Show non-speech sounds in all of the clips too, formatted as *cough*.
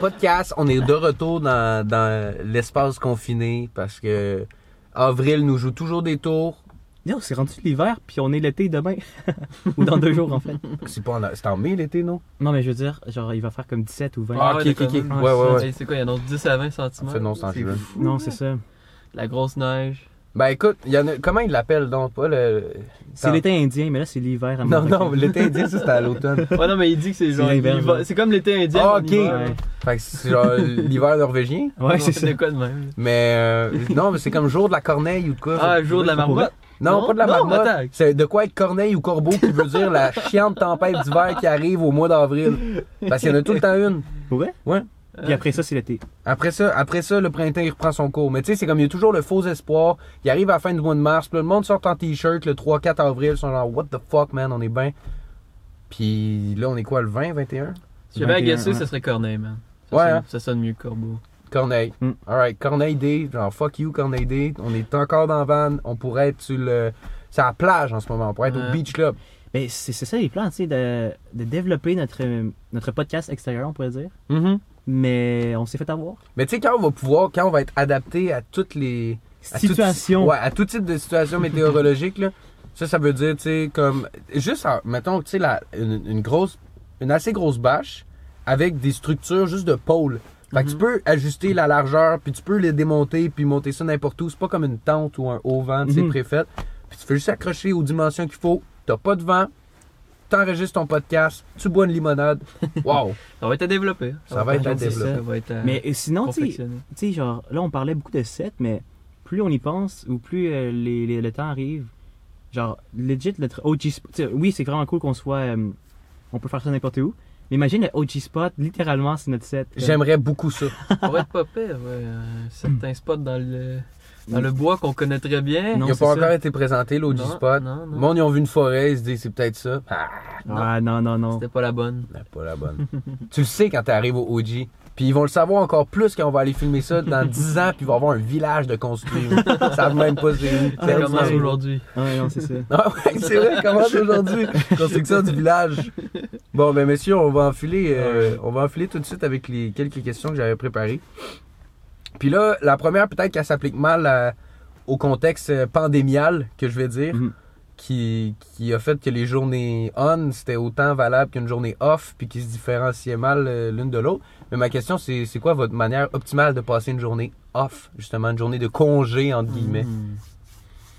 Podcast, on est de retour dans, dans l'espace confiné parce que Avril nous joue toujours des tours. Non, c'est rendu l'hiver, puis on est l'été demain. *laughs* Ou dans deux jours, en fait. C'est pas en, c'est en mai l'été, non? Non, mais je veux dire, genre, il va faire comme 17 ou 20. Ah, ok, ok, d'accord. ok. Ouais, ouais, ouais. Hey, c'est quoi, il annonce 10 à 20 cm? C'est non, c'est en juin. Ah. Non, c'est ça. La grosse neige. Ben écoute, il y en a, comment ils l'appellent donc? Pas le. C'est l'été indien, mais là, c'est l'hiver. à Non, Montréal. non, l'été indien, ça c'était à l'automne. Ouais, non, mais il dit que c'est genre. l'hiver, l'hiver- là. C'est comme l'été indien. Ah, en ok. hiver. Ouais, Fait que c'est genre l'hiver norvégien. Ouais, c'est On ça. fait de quoi de même? Mais euh, non, mais c'est comme jour de la corneille ou de quoi. Ah, jour de la marmotte. non, non, pas de la non, marmotte. attaque. C'est de quoi être corneille ou corbeau qui veut dire la chiante tempête d'hiver qui arrive au mois d'avril. Parce qu'il y en a tout le temps une. Ouais? Ouais. Puis après ça, c'est l'été. Après ça, après ça, le printemps, il reprend son cours. Mais tu sais, c'est comme il y a toujours le faux espoir. Il arrive à la fin du mois de mars, puis là, le monde sort en t-shirt le 3-4 avril. Ils sont genre, what the fuck, man, on est bien. Puis là, on est quoi, le 20, 21? Si j'avais à 21, guesser, ouais. ça serait Corneille, man. Ça Ouais, sonne- hein. Ça sonne mieux que Corbeau. Corneille. Mm. Alright, Corneille D. Genre, fuck you, Corneille D. On est encore dans la van. On pourrait être sur le. C'est à la plage en ce moment. On pourrait être au Ouais. beach club. Ben, c'est c'est ça les plans, tu sais, de, de développer notre, euh, notre podcast extérieur, on pourrait dire. Mais on s'est fait avoir. Mais tu sais, quand on va pouvoir, quand on va être adapté à toutes les. à tout- Situation. ouais, à tout type de situation météorologique, là, ça, ça veut dire, tu sais, comme. Juste, en- mettons, tu sais, la- une, une grosse. Une assez grosse bâche avec des structures juste de pôles. Fait Mhm. que tu peux ajuster la largeur, puis tu peux les démonter, puis monter ça n'importe où. C'est pas comme une tente ou un haut vent, tu sais, Mhm. préfète. Puis tu fais juste accrocher aux dimensions qu'il faut. T'as pas de vent. T'enregistres ton podcast, tu bois *laughs* une limonade. Wow! Ça va être à développer. Ça va être à gentil, développer. Ça va être à Mais euh, sinon, tu sais, confectionner. tu sais, genre, là, on parlait beaucoup de 7, mais plus on y pense, ou plus euh, les, les- le temps arrive, genre, legit, notre OG spot, tu sais, oui, c'est vraiment cool qu'on soit, euh, on peut faire ça n'importe où, mais imagine le OG spot, littéralement, c'est notre euh, 7. J'aimerais beaucoup ça. Ça va être pas pire, ouais. Euh, Certains spots dans le, dans le bois qu'on connaît très bien. Non, Il n'a c'est pas ça. encore été présenté, l'OG Non, Spot. non, Le non. monde, ils ont vu une forêt, ils se disent, c'est peut-être ça. Ah, Ah, non, non, non. C'était pas la bonne. ben, pas la bonne. *laughs* tu le sais quand t'arrives au OG. Puis ils vont le savoir encore plus quand on va aller filmer ça dans 10 ans, puis il va y avoir un village de construire. *laughs* Ils savent même pas c'est où. Ça Ah, commence ouais. aujourd'hui. Ah, non, *laughs* c'est ça. Ah ouais, *laughs* c'est vrai, commence aujourd'hui. Construction du village. Bon, ben messieurs, on va enfiler, euh, on va enfiler tout de suite avec les quelques questions que j'avais préparées. Puis là, la première, peut-être qu'elle s'applique mal à- au contexte euh, pandémial, que je vais dire, Mhm. qui, qui a fait que les journées on, c'était autant valable qu'une journée off, puis qui se différenciaient mal euh, l'une de l'autre. Mais ma question, c'est c'est quoi votre manière optimale de passer une journée off, justement, une journée de congé, entre guillemets? Hmm.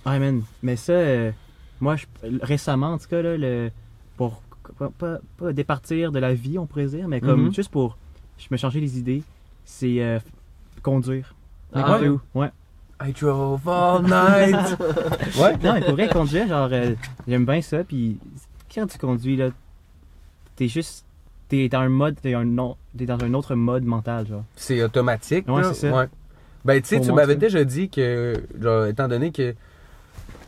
Ouais, man. Mais ça, euh, moi, je- récemment, en tout cas, là, le, pour pas, pas- pas départir de la vie, on pourrait dire, mais comme Mhm. Mm-hmm. juste pour je me changer les idées, c'est euh, conduire. Ah, N'importe ouais. où. Ouais. I drove all night! ouais? Non, mais pour vrai, conduire, genre, euh, j'aime bien ça. Puis quand tu conduis, là, t'es juste. T'es dans un mode. T'es un non- t'es dans un autre mode mental, genre. C'est automatique. Ouais, là. c'est ça. Ouais. Ben, tu sais, Pour tu moi, m'avais ça. déjà dit que, genre, étant donné que,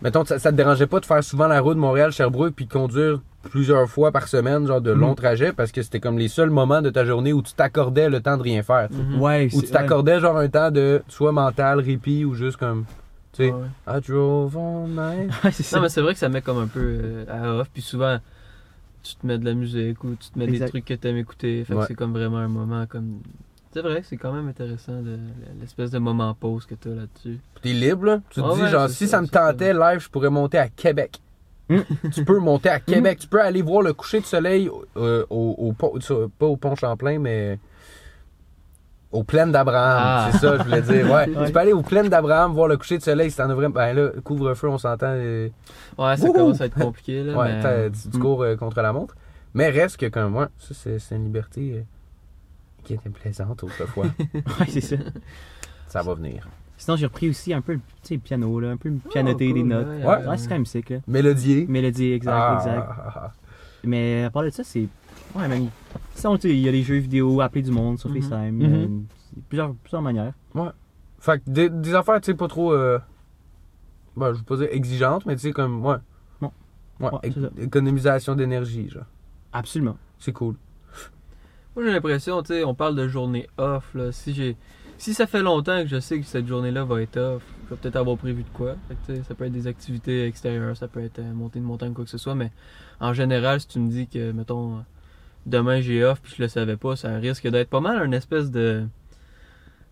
mettons, ça, ça te dérangeait pas de faire souvent la route de Montréal-Sherbrooke puis de conduire plusieurs fois par semaine, genre de longs Mhm. trajets, parce que c'était comme les seuls moments de ta journée où tu t'accordais le temps de rien faire. Mhm. Ouais, Où tu t'accordais, genre, un temps de soit mental, répit ou juste comme, tu sais, Ouais. I drove all night. Ouais, c'est ça. Non, mais c'est vrai que ça met comme un peu euh, à off. Puis souvent, tu te mets de la musique ou tu te mets Exact. des trucs que t'aimes écouter. Fait Ouais. que c'est comme vraiment un moment comme. C'est vrai que c'est quand même intéressant de, l'espèce de moment pause que t'as là-dessus. T'es libre, là. Tu te Ouais, dis, ouais, genre, c'est si ça, ça, me c'est ça. Hmm. tentait live, je pourrais monter à Québec. Mm. *laughs* tu peux monter à Québec. Tu peux aller voir le coucher de soleil euh, au, au pont, sur- pas au pont Champlain, mais aux plaines d'Abraham. Ah. C'est ça, je voulais dire. *laughs* Ouais. Ouais. Tu peux aller aux plaines d'Abraham, voir le coucher de soleil si t'en as vraiment. Ben là, couvre-feu, on s'entend. euh, Ouais, ça Wouhou! commence à être compliqué. Là, ouais, mais- hmm. t'as- tu, tu Mm. cours euh, contre la montre. Mais reste que, comme moi, ça, c'est c'est une liberté euh, qui était *laughs* plaisante autrefois. Ouais, c'est ça. ça va venir. Sinon, j'ai repris aussi un peu, le- tu sais, le piano, là. Un peu pianoter Oh, cool, des notes. ouais, Ouais, ouais. c'est quand même sick, là. Mélodier. Mélodie, exact, Ah, exact. ah, ah, ah. Mais à part de ça, c'est. Ouais, même. Sinon, tu sais, il y a les jeux vidéo, appeler du monde sur Mhm. FaceTime. Mhm. euh, c'est plusieurs, plusieurs manières. Fait que des, des affaires, tu sais, pas trop. euh, ben, je veux pas dire exigeantes, mais tu sais, comme. Ouais. Bon. Ouais, Ouais, é- c'est ça. économisation d'énergie, genre. Absolument. C'est cool. Moi, j'ai l'impression, tu sais, on parle de journée off. Là. Si j'ai Si ça fait longtemps que je sais que cette journée-là va être off, je vais peut-être avoir prévu de quoi. Fait que, tu sais, ça peut être des activités extérieures, ça peut être euh, monter une montagne, quoi que ce soit, mais en général, si tu me dis que, mettons, euh, demain j'ai off puis je le savais pas, ça risque d'être pas mal un espèce de.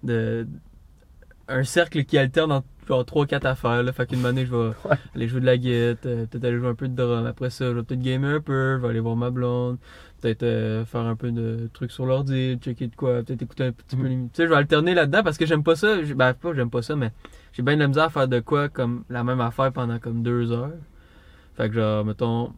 de un cercle qui alterne entre genre 3-4 affaires. Là. Fait qu'une année, je vais Ouais. aller jouer de la guette, euh, peut-être aller jouer un peu de drum. Après ça, je vais peut-être gamer un peu, je vais aller voir ma blonde, peut-être euh, faire un peu de trucs sur l'ordi, checker de quoi, peut-être écouter un petit peu. les- Tu sais, je vais alterner là-dedans parce que j'aime pas ça. J'ai- Ben, pas que j'aime pas ça, mais j'ai bien de la misère à faire de quoi comme la même affaire pendant comme deux heures. Fait que genre, mettons,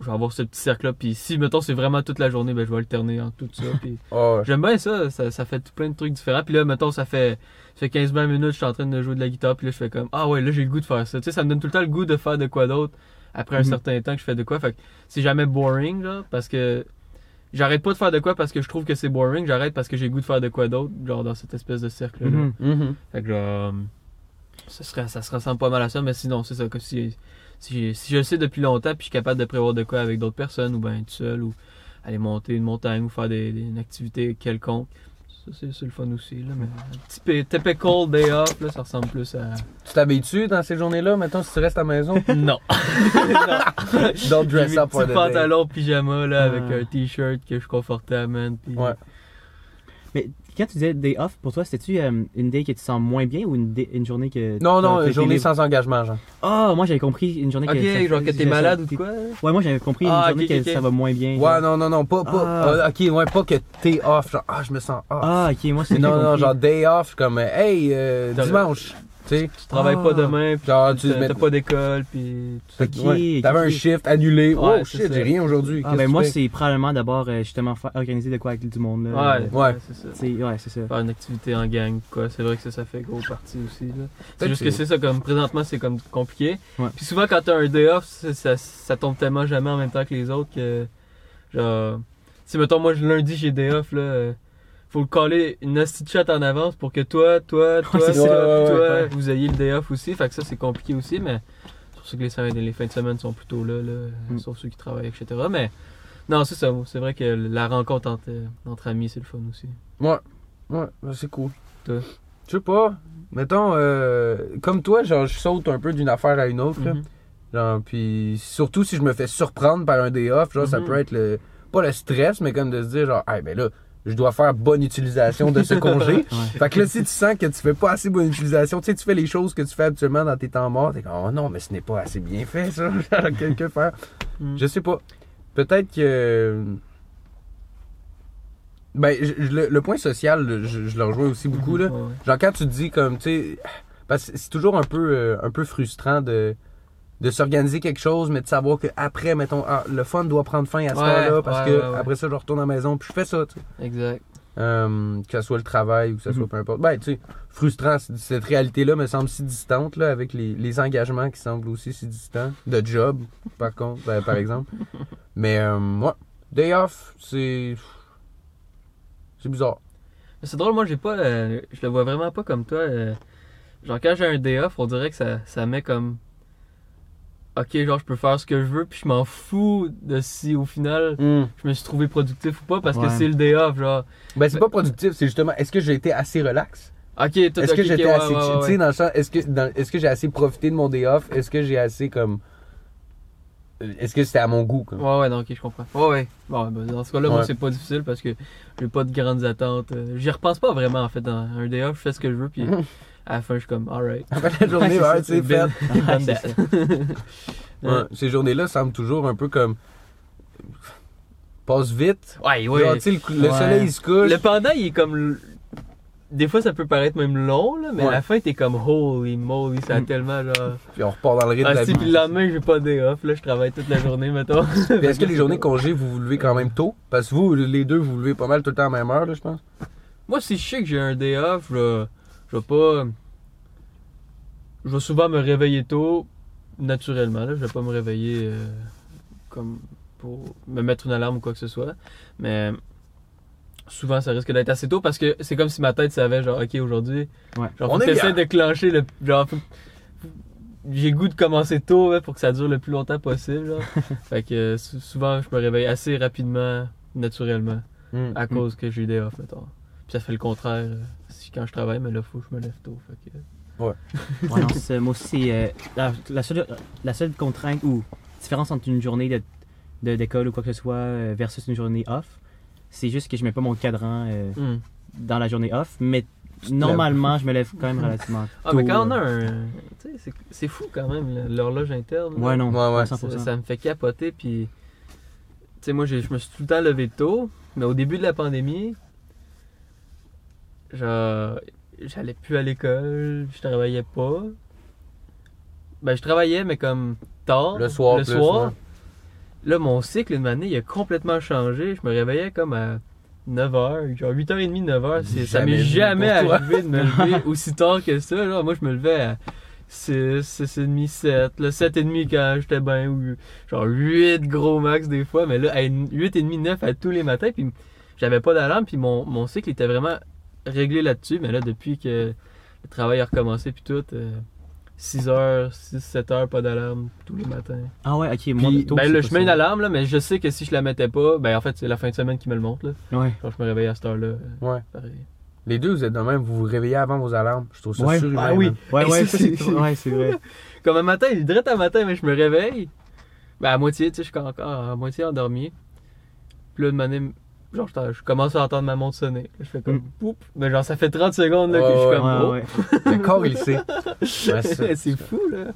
je vais avoir ce petit cercle-là. Puis si, mettons, c'est vraiment toute la journée, ben, je vais alterner entre tout ça. Puis Oh, J'aime bien ça, ça, ça fait tout plein de trucs différents. Puis là, mettons, ça fait, ça fait 15-20 minutes, je suis en train de jouer de la guitare, puis là, je fais comme, ah ouais, là, j'ai le goût de faire ça. Tu sais, ça me donne tout le temps le goût de faire de quoi d'autre après un Mhm. certain temps que je fais de quoi. Fait que c'est jamais boring, genre, parce que j'arrête pas de faire de quoi parce que je trouve que c'est boring, j'arrête parce que j'ai le goût de faire de quoi d'autre, genre, dans cette espèce de cercle-là. Mhm. mhm. Fait que genre, ça, serait, ça se ressemble pas mal à ça, mais sinon, c'est ça, que si, si, si je le sais depuis longtemps, puis je suis capable de prévoir de quoi avec d'autres personnes, ou bien tout seul, ou aller monter une montagne, ou faire des, des- une activité quelconque. Ça, c'est c'est le fun aussi, là, mais un petit peu typical day off, là, ça ressemble plus *laughs* à... Tu t'habilles-tu dans ces journées-là, mettons, si tu restes à *laughs* la maison? Non! Don't dress up for Petit the day. pantalon, pyjama, là, avec Ah. un t-shirt que je suis confortable, man, puis... Ouais. Mais quand tu disais day off, pour toi, c'était-tu euh, une day que tu sens moins bien ou une, day- une journée que. Non, non, que une t'es journée libre? sans engagement, genre. Ah, moi j'avais compris une journée Ok, que. ça- genre que t'es ça- malade ou de t'es- quoi? là? Ouais, moi j'avais compris une Ah, journée ok, que ok, ok. ça va moins bien. Ouais, genre. non, non, non, pas, pas, Mm-hmm. Ah. ah, ok, ouais, pas que t'es off, genre, ah, je me sens off. Ah, ok, moi c'est. non, non, genre, day off, comme, euh, hey, euh, T'as- dimanche, tu sais, Tu travailles pas Ah. demain, puis genre, tu t'as mais- t'as pas d'école, puis... tout ça. fait que, ouais, Ok, t'avais ok. un shift annulé, Ouais, oh c'est shit, ça. j'ai rien aujourd'hui, Ah, qu'est-ce ben que moi tu fais? c'est probablement d'abord euh, justement faire- organiser de quoi avec du monde là. Euh, Ouais, Ouais. c'est ça. Tu sais, ouais, c'est ça. faire une activité en gang, quoi. C'est vrai que ça, ça fait gros partie aussi. là. C'est Peut-être juste que- que c'est ça, comme présentement, c'est comme compliqué. Ouais. Puis souvent, quand t'as un day off, c'est- ça, ça tombe tellement jamais en même temps que les autres que, genre, si mettons, moi, le lundi, j'ai day off, là, euh, faut le coller une hostie de chat en avance pour que toi, toi, toi, toi, c'est ça. Ouais, ouais, toi, ouais, ouais. vous ayez le day off aussi. Fait que ça, c'est compliqué aussi, mais c'est pour ça que les, semaines- les fins de semaine sont plutôt là, là Mm. sauf ceux qui travaillent, etc. Mais non, c'est ça. C'est vrai que la rencontre entre, euh, entre amis, c'est le fun aussi. Ouais, ouais, ben, c'est cool. Toi? Je sais pas, mettons, euh, comme toi, genre, je saute un peu d'une affaire à une autre, là. Mhm. Genre, puis surtout si je me fais surprendre par un day off, genre, ça Mhm. peut être le. Pas le stress, mais comme de se dire, genre, hey, ben là, je dois faire bonne utilisation de *laughs* ce congé. Ouais. Fait que là, si tu sens que tu fais pas assez bonne utilisation, tu sais, tu fais les choses que tu fais habituellement dans tes temps morts, t'es comme, oh non, mais ce n'est pas assez bien fait, ça. *laughs* Genre, quelqu'un faire. Mm. Je sais pas. Peut-être que. Ben, je- je- le, le point social, je, je le rejoins aussi beaucoup, là. Ouais, ouais. Genre quand tu te dis comme tu sais parce que c'est toujours un peu euh, un peu frustrant de de s'organiser quelque chose mais de savoir que après mettons ah, le fun doit prendre fin à ce Ouais, temps-là parce ouais, que ouais, ouais. après ça je retourne à la maison puis je fais ça tu sais. Exact. Euh, que ce soit le travail ou que ce soit Mhm. peu importe ben tu sais frustrant c- cette réalité là me semble si distante là avec les, les engagements qui semblent aussi si distants de job par contre ben, par exemple mais euh, ouais day off c'est c'est bizarre Mais c'est drôle, moi, j'ai pas. euh, je le vois vraiment pas comme toi. euh, genre, quand j'ai un day off, on dirait que ça, ça met comme. Ok, genre, je peux faire ce que je veux, puis je m'en fous de si au final je me suis trouvé productif ou pas, parce que Ouais. c'est le day off, genre. ben c'est pas productif c'est justement est-ce que j'ai été assez relax Ok, tout ok, Est-ce que ok, j'étais ouais, assez, ouais, tu ouais, sais, dans le sens, est-ce que, dans- est-ce que j'ai assez profité de mon day off? Est-ce que j'ai assez comme, euh, est-ce que c'était à mon goût comme? Ouais, ouais, non, ok, je comprends. Ouais, ouais. Bon, ben, dans ce cas-là, moi, Ouais. c'est pas difficile parce que j'ai pas de grandes attentes. Euh, J'y repense pas vraiment, en fait, dans un day off, je fais ce que je veux, *laughs* puis Mhm. à la fin, je suis comme, *laughs* alright. *laughs* Après *laughs* la journée, c'est ouais, ça, c'est fait. Been- Ah, been c'est that. ça. Ouais, Euh, Ces journées-là semblent toujours un peu comme, passe vite. *laughs* Ouais, Genre, ouais. tu sais, le, cou- le Ouais. soleil il se couche. Le pendant, il est comme. l- Des fois, ça peut paraître même long, là, mais Ouais. à la fin, t'es comme holy moly, ça a Mm. tellement genre. Puis on repart dans le rythme de Ah, la si, *laughs* vie. puis le lendemain, j'ai pas des off, là, je travaille toute la journée, mettons. Puis est-ce que les journées congés, vous vous levez quand même tôt? Parce que vous, les deux, vous vous levez pas mal tout le temps à la même heure, là, je pense. Moi, si je sais que j'ai un day off, je, je vais pas. Je vais souvent me réveiller tôt, naturellement. Là. Je vais pas me réveiller euh, comme pour me mettre une alarme ou quoi que ce soit. Mais souvent, ça risque d'être assez tôt parce que c'est comme si ma tête savait, genre, OK, aujourd'hui, Ouais. genre, On faut est que t'essaies bien. de clencher le. Genre, faut- j'ai le goût de commencer tôt ouais, pour que ça dure le plus longtemps possible. genre. fait que euh, sou- souvent, je me réveille assez rapidement, naturellement à Mm. Hmm. cause que j'ai eu des off, mettons. Puis ça fait le contraire euh, si aussi quand je travaille, mais là, faut que je me lève tôt. Fait que... Ouais, non, c'est- moi aussi, c'est, euh, la, la seule, la seule contrainte ou différence entre une journée de- de- d'école ou quoi que ce soit euh, versus une journée off, c'est juste que je mets pas mon cadran euh, Hmm. dans la journée off, mais Tu te normalement, je me lève quand même relativement Ah, mais tôt, quand on a euh. un. Tu sais, c'est- c'est fou quand même, le- l'horloge interne. là. Ouais, non, Ouais, ouais. 100%. Ça, ça me fait capoter. Puis, tu sais, moi, j'ai- je me suis tout le temps levé tôt, mais au début de la pandémie, genre, j'allais plus à l'école, je travaillais pas. Ben, je travaillais, mais comme tard. Le soir Le plus, soir. ouais. Là, mon cycle, une année, il a complètement changé. Je me réveillais comme à 9h, genre 8h30, 9h. C'est- Ça Jamais m'est vu jamais pour toi. arrivé de me *laughs* lever aussi tard que ça. Genre, moi, je me levais à 6, 6,5, 7. Là, 7,5 quand j'étais bien, ou genre 8 gros max des fois. Mais là, à 8,5, 9 à tous les matins. Puis j'avais pas d'alarme. Puis mon, mon cycle était vraiment réglé là-dessus. Mais là, depuis que le travail a recommencé, puis tout, euh, 6h, 6, 7h, pas d'alarme tous les matins. Ah ouais, ok, moi, Puis, tôt, ben, c'est le pas chemin ça. d'alarme, là, mais je sais que si je la mettais pas, ben en fait, c'est la fin de semaine qui me le montre. Là. Ouais. Quand je me réveille à cette heure-là, euh, Ouais. pareil. Les deux, vous êtes de même, vous vous réveillez avant vos alarmes. Je trouve ça Ouais. surhumain. Ah oui. man. Ouais, Hey, ouais, ça, c'est c'est- ouais, c'est vrai. Comme un matin, il est direct à matin, mais je me réveille. Ben, à moitié, tu sais, je suis encore à moitié endormi. Puis là, de manière, genre, je, je commence à entendre ma montre sonner. Là, je fais comme, Mm. poup. Mais genre, ça fait 30 secondes là, que Ouais, je suis ouais, comme, Ouais, oh. ouais. Le corps, il le sait. *laughs* Ouais, c'est ça. c'est fou, là.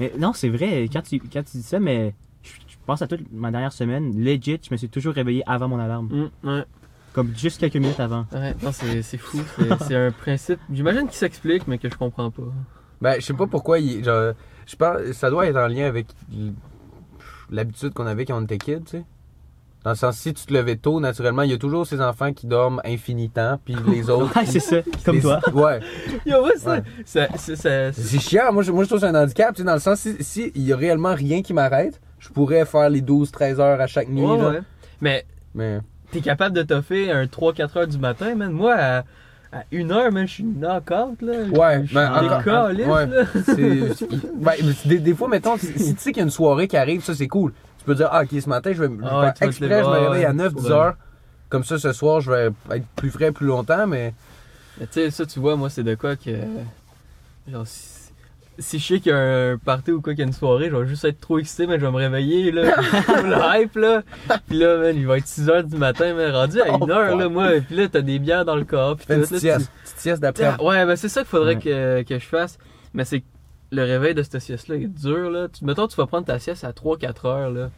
Mais non, c'est vrai, quand tu, quand tu dis ça, mais je, je pense à toute ma dernière semaine, legit, je me suis toujours réveillé avant mon alarme. Mm, ouais. Comme juste quelques minutes avant. Ouais, non, c'est c'est fou. c'est- C'est un principe, j'imagine qu'il s'explique, mais que je comprends pas. Ben, je sais pas pourquoi. il- genre, je pense, ça doit être en lien avec l- l'habitude qu'on avait quand on était kid, tu sais. Dans le sens, si tu te levais tôt, naturellement, il y a toujours ces enfants qui dorment infini temps, puis *laughs* les Oh. autres. *laughs* Ouais, c'est ça, comme les- toi. Ouais. Yo, ouais, ça, Ouais. ça, ça, ça- C'est chiant. Moi, je, moi, je trouve que c'est un handicap, tu sais, dans le sens, si- s'il y a réellement rien qui m'arrête, je pourrais faire les 12-13 heures à chaque nuit, Ouais, là. ouais. Mais Mais, t'es capable de toffer un 3-4 heures du matin, man. Moi, à, à 1 heure, man, je suis knock-out, là. ouais. Je ben, suis encore- décaliste, ouais. là. C'est- ben, des, des fois, mettons, si, si tu sais qu'il y a une soirée qui arrive, ça c'est cool. Tu peux dire, ah, ok, ce matin, je vais me- je vais Ah ouais, faire tu vas te exprès, lever, je me ouais, réveille à ouais, 9, pour 10 vrai. heures. Comme ça, ce soir, je vais être plus frais plus longtemps, mais. Mais tu sais, ça, tu vois, moi, c'est de quoi que. Genre, si, si je sais qu'il y a un party ou quoi, qu'il y a une soirée, je vais juste être trop excité, mais je vais me réveiller, *laughs* là. Full hype, là. Puis là, man, il va être 6 heures du matin, mais rendu à 1 Oh, heure, fuck. là, moi. Puis là, t'as des bières dans le corps. Puis Fais une tout, là, petite tu- sieste. Petite sieste d'après. Putain, Ouais, ben c'est ça qu'il faudrait Ouais. que, que je fasse. Mais c'est que le réveil de cette sieste-là est dur, là. Tu, mettons, tu vas prendre ta sieste à 3-4 heures, là.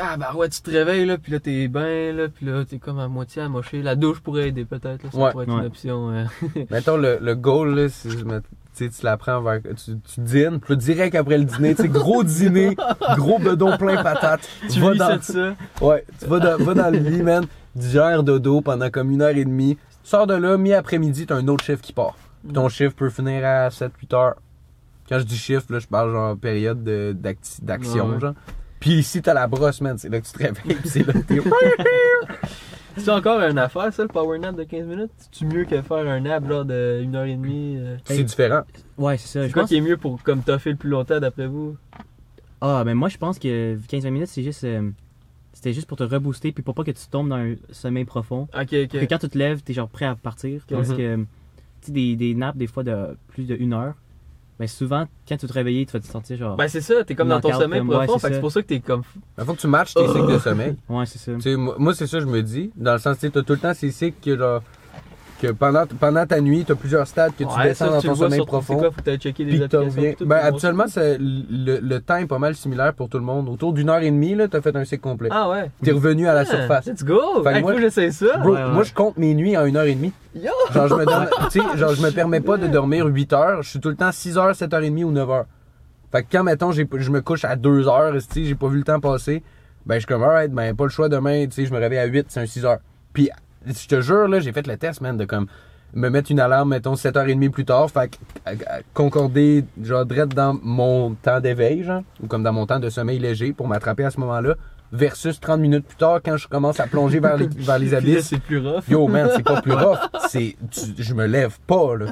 Ah, bah ouais, tu te réveilles, là, puis là, t'es bien, là, puis là, t'es comme à moitié amoché. La douche pourrait aider, peut-être, là. Ça Ouais. pourrait être Ouais. une option. *laughs* euh. Mettons, le, le goal, là, si je me- Tu sais, tu la prends vers. Tu, tu dînes, puis là, direct après le dîner, tu sais, gros dîner, gros bedon plein patate. *laughs* Tu vas vis ça, dans, ça. ouais, tu vas dans, va dans le lit, man, digère dodo pendant comme une heure et demie. Sors de là, mi-après-midi, t'as un autre chiffre qui part. Puis Mm. ton chiffre peut finir à 7-8 heures. Quand je dis chiffre, là, je parle genre période de- d'acti- d'action, Ouais, ouais. genre. Puis ici, t'as la brosse, man. C'est là que tu te réveilles, *laughs* puis c'est là *laughs* que t'es... C'est encore une affaire, ça, le power nap de 15 minutes. C'est-tu mieux que faire un nap, genre, de 1 heure et demie? euh? c'est différent. Ouais, c'est ça. C'est Je quoi pense... qui est mieux pour, comme, toffer le plus longtemps, d'après vous? Ah, ben moi, je pense que 15-20 minutes, c'est juste. euh, C'était juste pour te rebooster, puis pour pas que tu tombes dans un sommeil profond. Ok, Que ok. quand tu te lèves, t'es genre prêt à partir. Parce Mhm. que, tu sais, des, des nappes, des fois, de plus de une heure, ben souvent, quand tu te réveilles, tu vas te sentir genre. Ben c'est ça, t'es comme dans ton Knockout, sommeil comme, ouais, profond, c'est fait que ça. c'est pour ça que t'es comme Il faut que tu matches tes cycles de sommeil. ouais, c'est ça. Tu sais, moi, moi, c'est ça que je me dis. Dans le sens, tu sais, t'as tout le temps ces cycles que, genre, que pendant, pendant ta nuit, t'as plusieurs stades que tu Ouais, descends ça, dans tu ton le vois sommeil sur- C'est profond. quoi, faut que t'ailles checker Puis des que t'en applications. reviens. puis tout Ben, pour voir habituellement, ça. c'est- le, le temps est pas mal similaire pour tout le monde. Autour d'une heure et demie, là, t'as fait un cycle complet. Ah ouais. T'es revenu à la Ah, surface. Let's go. Fait que Hey, moi- faut que j'essaie ça. Bro, Ouais, ouais. moi je compte mes nuits en une heure et demie. Yo! Genre je me *laughs* donne, tu sais, genre je me permets pas de dormir 8 heures, je suis tout le temps 6 heures, 7 heures et demie ou 9 heures. Fait que quand mettons j'ai- je me couche à 2 heures, si j'ai pas vu le temps passer, ben je suis comme alright, ben pas le choix demain, tu sais, je me réveille à 8, c'est un 6 heures. Puis je te jure là, j'ai fait le test man de comme me mettre une alarme mettons 7h30 plus tard, fait que à- à- concorder genre direct dans mon temps d'éveil genre ou comme dans mon temps de sommeil léger pour m'attraper à ce moment-là versus 30 minutes plus tard quand je commence à plonger vers les, vers *laughs* les Puis là, abysses C'est plus rough. Yo, man, c'est *laughs* pas plus rough. C'est, tu- je me lève pas, là.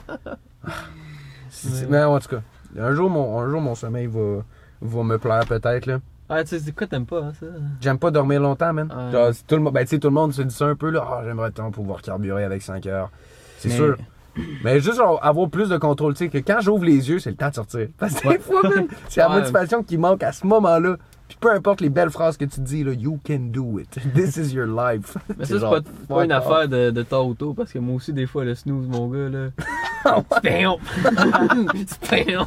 C'est- c'est- mais en tout cas, un jour, mon, un jour, mon sommeil va, va me plaire, peut-être, là. Ah, tu sais, c'est quoi t'aimes pas, *laughs* hein, ça? J'aime pas dormir longtemps, man. Ouais. Genre, c'est tout le, monde- ben, tu sais, tout le monde se dit ça un peu, là. Ah, j'aimerais tant pouvoir carburer avec 5 heures. C'est Mais- sûr. Mais juste genre, avoir plus de contrôle, tu sais, que quand j'ouvre les yeux, c'est le temps de sortir. Parce que des fois, man, c'est la Ouais. motivation qui manque à ce moment-là. Puis peu importe les belles phrases que tu dis, là, you can do it. This is *laughs* your life. Mais ça, C'est c'est genre, pas, c'est pas une fuck off. affaire de, de temps ou tôt, parce que moi aussi, des fois, le snooze, mon gars, *laughs* là. Ah Spéon! *laughs* Spéon!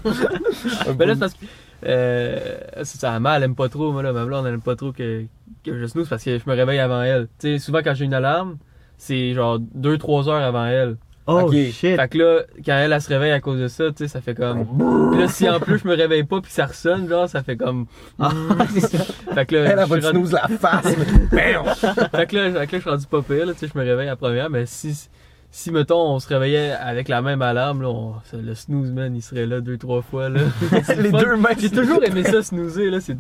Mais Ben là, c'est parce que. Euh, c'est ça, ma, elle aime pas trop, moi, là, ma blonde, elle aime pas trop que, que je snooze parce que je me réveille avant elle. Tu sais, souvent, quand j'ai une alarme, c'est genre 2-3 heures avant elle. Oh Ok. shit. Fait que là, quand elle, elle se réveille à cause de ça, tu sais, ça fait comme. Puis là, si en plus je me réveille pas puis ça ressonne, genre, ça fait comme. *laughs* Fait que là, Elle a je pas suis de rendu- snooze la face. *laughs* mais- Bam! fait que là, fait que là, je suis rendu pas pire, là, tu sais, je me réveille à la première, mais si, si, mettons, on se réveillait avec la même alarme, là, on- ça, le snooze, man, il serait là deux, trois fois, *laughs* là. *laughs* C'est le les fun. deux mains. J'ai toujours aimé ça, snoozer, là, c'est...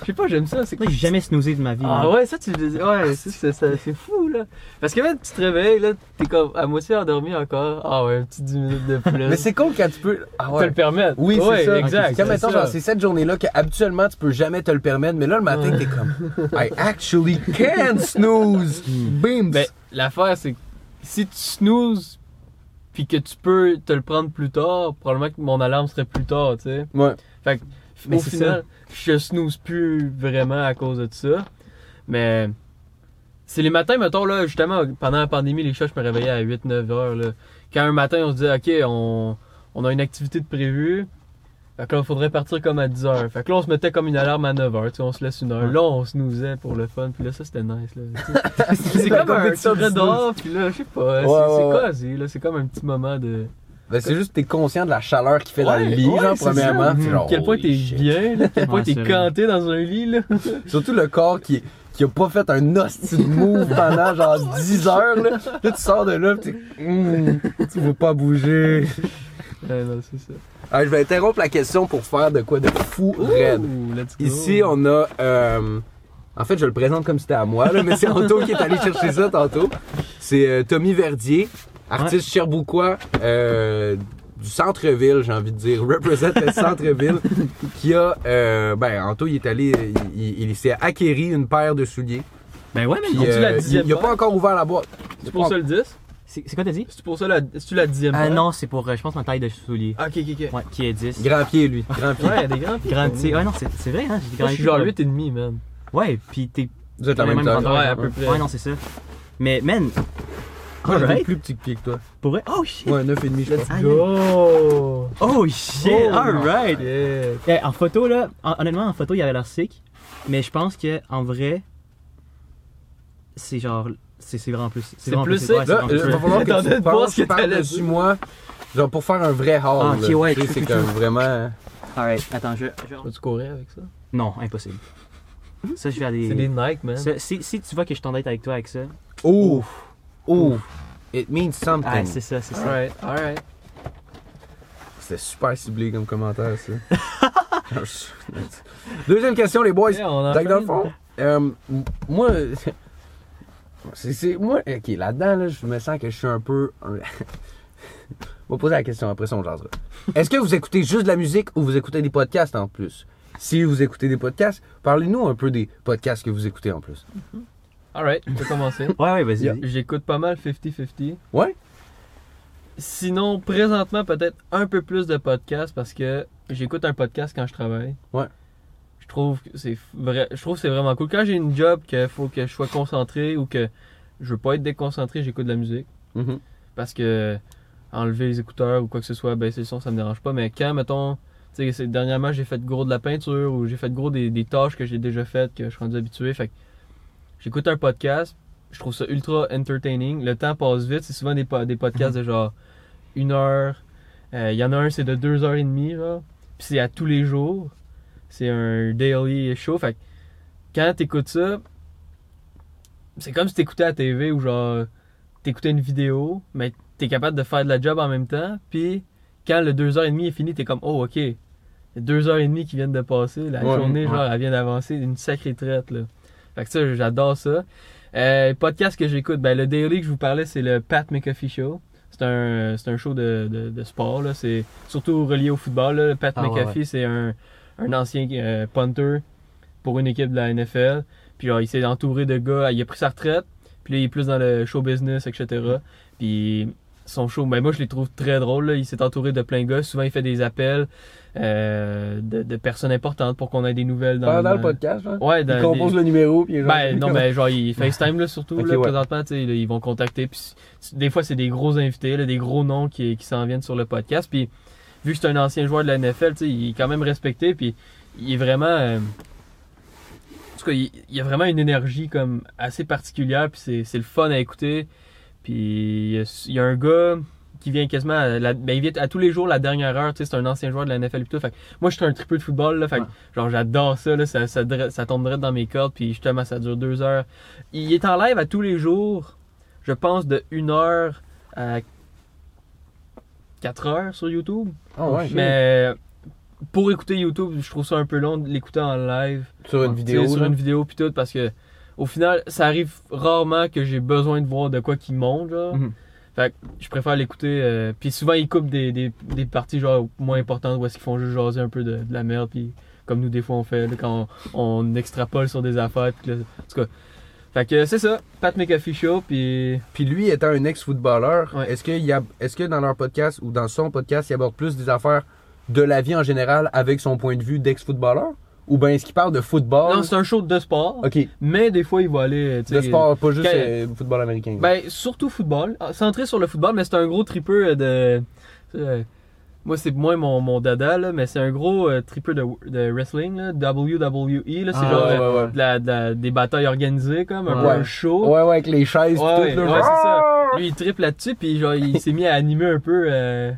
Je sais pas, j'aime ça, c'est Moi, j'ai jamais snoozé de ma vie. Ah hein. ouais, ça, tu le disais, ouais, ça, c'est, ça, c'est fou, là. Parce que même, tu te réveilles, là, t'es comme à moitié endormi encore. Ah ouais, un petit 10 minutes *laughs* de plus. Mais c'est cool quand tu peux. Ah Te ouais. le permettre. Oui, c'est Ouais, ça. exact. Comme c'est mettons, ça. genre, c'est cette journée-là que habituellement tu peux jamais te le permettre, mais là, le matin, Ouais. *laughs* t'es comme, I actually can snooze. Beams. Ben, l'affaire, c'est que si tu snoozes, puis que tu peux te le prendre plus tard, probablement que mon alarme serait plus tard, tu sais. Ben, ouais. Mais Au c'est final, je snooze plus vraiment à cause de tout ça. Mais c'est les matins, mettons, là, justement, pendant la pandémie, les chats, je me réveillais à 8-9 heures. Là. Quand un matin, on se dit, OK, on, on a une activité de prévue. Fait que là, il faudrait partir comme à 10 heures. Fait que là, on se mettait comme une alarme à 9 heures. Tu sais, on se laisse une heure. Là, on snoozait pour le fun. Puis là, ça, c'était nice. *laughs* Là, tu sais. *laughs* c'est La comme un petit compétition du snooze. redor. Puis là, je sais pas. c'est- Ouais, c'est ouais, quasi. là. C'est comme un petit moment de. Ben, c'est juste que t'es conscient de la chaleur qu'il fait dans le Ouais, lit, ouais, genre, c'est premièrement. ça. T'es genre, À quel point Oh, holy t'es shit. bien. là, À quel point Ouais, t'es c'est vrai. canté dans un lit. Là. Surtout le corps qui, qui a pas fait un hostie de move *laughs* pendant genre 10 heures, là. Là, tu sors de là, pis t'es, Hmm, tu veux pas bouger. Ouais, non, c'est ça. Ah, je vais interrompre la question pour faire de quoi de fou raide. Ouh, let's go. Ici, on a. euh, en fait, je le présente comme si c'était à moi, là, mais c'est Anto qui est allé chercher ça tantôt. C'est euh, Tommy Verdier, artiste cherbouquois euh, du centre-ville, j'ai envie de dire. Represent le *laughs* centre-ville. qui a. euh, ben, Anto, il est allé. Il, il- il s'est acquéri une paire de souliers. Ben ouais, mais Puis, On dit la euh, il dixième il a pas paire. encore ouvert la boîte. C'est pour ça le 10 C'est c'est quoi t'as dit? C'est pour ça la, c'est-tu la dixième Ah paire? non, c'est pour, euh, je pense, ma taille de soulier. Ah, ok, ok, ok. Ouais, qui est 10. Grand pied, lui. Grand pied. Ouais, des grands. Grandi. Ouais, non, c'est c'est vrai, hein? J'ai Moi, je grandi suis genre comme- 8 et demi, man. Ouais, puis t'es Vous êtes la t'as même taille. grandeur. Ouais, à genre. peu près. Ouais, non, c'est ça. Mais, man, Moi, j'ai Alright. plus petit pied que toi. pour vrai. Oh shit! Ouais, 9,5, je pense. Aïe. Go! Oh shit! Oh, Alright! Yeah. Eh, en photo, là, hon- honnêtement, en photo, il avait l'air sick. Mais je pense que en vrai, c'est genre. C'est c'est vraiment plus. C'est vraiment plus sick. Ouais, sick. Ah, c'est Là, vraiment il plus va sick. falloir que J'attendais tu de voir penses ce que t'allais par-dessus dire. moi, genre pour faire un vrai haul. Ah, ok, là. ouais. Tu sais, c'est comme vraiment... hein. Alright, attends, je. je- Vas-tu courir avec ça? Non, impossible. Ça, je vais aller. C'est des Nike, man. Ça, si, si tu vois que je t'endette avec toi avec ça, Ouf! Ouf! It means ah, something. c'est ça, c'est ça. Alright, alright. C'était super ciblé comme commentaire, ça. *laughs* Deuxième question, les boys. Yeah, on en Fait que dans le fait une. fond, euh, m- moi... *laughs* C'est, c'est- moi, ok, là-dedans, là, je me sens que je suis un peu... un- *laughs* On va poser la question, après ça, on jasera. Est-ce que vous écoutez juste de la musique ou vous écoutez des podcasts en plus? Si vous écoutez des podcasts, parlez-nous un peu des podcasts que vous écoutez en plus. Alright, je vais commencer. Ouais, ouais, vas-y. Yeah. vas-y. J'écoute pas mal 50-50. Ouais. Sinon, présentement, peut-être un peu plus de podcasts parce que j'écoute un podcast quand je travaille. Ouais. Je trouve que c'est vrai, je trouve que c'est vraiment cool. Quand j'ai une job qu'il faut que je sois concentré ou que je veux pas être déconcentré, j'écoute de la musique. Mhm. Parce que enlever les écouteurs ou quoi que ce soit, baisser le son, ça me dérange pas. Mais quand, mettons, tu sais, c'est- dernièrement, j'ai fait gros de la peinture ou j'ai fait gros des, des tâches que j'ai déjà faites, que je suis rendu habitué. Fait que j'écoute un podcast, je trouve ça ultra entertaining. Le temps passe vite. C'est souvent des, po- des podcasts de genre une heure. Euh, Il y en a un, c'est de deux heures et demie, genre. Puis c'est à tous les jours. C'est un daily show. Fait que quand t'écoutes ça, c'est comme si t'écoutais à la TV ou genre t'écoutais une vidéo, mais t'es capable de faire de la job en même temps. Puis quand le 2h30 est fini, t'es comme, oh, ok, il y a 2h30 qui viennent de passer. La Ouais, journée, ouais. genre, elle vient d'avancer d'une sacrée traite. Là. Fait que ça, j'adore ça. Euh, podcast que j'écoute, ben, le daily que je vous parlais, c'est le Pat McAfee Show. C'est un, c'est un show de, de, de sport, là. c'est surtout relié au football. là. Le Pat Ah, ouais, McAfee, c'est un, un ancien euh, punter pour une équipe de la NFL. Puis genre, il s'est entouré de gars, il a pris sa retraite, puis là, il est plus dans le show business, etc. Puis sont chauds. Ben, moi, je les trouve très drôles. là. Il s'est entouré de plein de gars. Souvent, il fait des appels euh, de, de personnes importantes pour qu'on ait des nouvelles dans, Pendant le dans- podcast, là. Ouais, dans Il compose des- le numéro, puis il est genre- Ben, non, mais genre, *laughs* ils FaceTime, là, surtout, Ok, là, ouais. présentement, tu sais, là, ils vont contacter, puis c- c- des fois, c'est des gros invités, là, des gros noms qui, qui s'en viennent sur le podcast, puis vu que c'est un ancien joueur de la NFL, tu sais, il est quand même respecté, puis il est vraiment... euh, en tout cas, il, il a vraiment une énergie, comme, assez particulière, puis c'est, c'est le fun à écouter, puis il y a- il y, a un gars qui vient quasiment à, la- ben, il vient à tous les jours la dernière heure tu sais c'est un ancien joueur de la NFL et tout fait que moi je suis un triple de football là fait que, Ouais. genre j'adore ça là ça ça, dra- ça tombe direct dans mes cordes puis justement ça dure deux heures il est en live à tous les jours je pense de une heure à quatre heures sur YouTube Ah ouais, mais pour écouter YouTube je trouve ça un peu long de l'écouter en live sur une tu sais, vidéo. sur là. une vidéo puis tout parce que au final ça arrive rarement que j'ai besoin de voir de quoi qui monte genre Mhm. je préfère l'écouter. euh, puis souvent, ils coupent des, des, des parties genre moins importantes où est-ce qu'ils font juste jaser un peu de, de la merde. Puis comme nous, des fois, on fait là, quand on, on extrapole sur des affaires. Puis que là- en tout cas, fait que c'est ça. Pat McAfee Show. Puis Puis lui, étant un ex-footballeur, Ouais. est-ce, qu'il y a, est-ce que dans leur podcast ou dans son podcast, il aborde plus des affaires de la vie en général avec son point de vue d'ex-footballeur? Ou bien est-ce qu'il parle de football? non, c'est un show de sport. Ah, OK, Mais des fois, il va aller. tu de sais, sport, pas juste quand- euh, football américain. Ben, surtout football. Ah, Centré sur le football, mais c'est un gros tripeux de. euh, moi, c'est moins mon, mon dada, là, mais c'est un gros euh, tripeux de, de wrestling, là, WWE. Là, c'est Ah, genre ouais, euh, ouais, ouais. de la- de la- des batailles organisées, comme un peu Ouais. un show. Ouais, ouais, avec les chaises pis Ouais, ouais, tout, là, ouais, genre- c'est ça. Lui, il triple là-dessus, puis genre, il s'est mis à animer un peu. euh,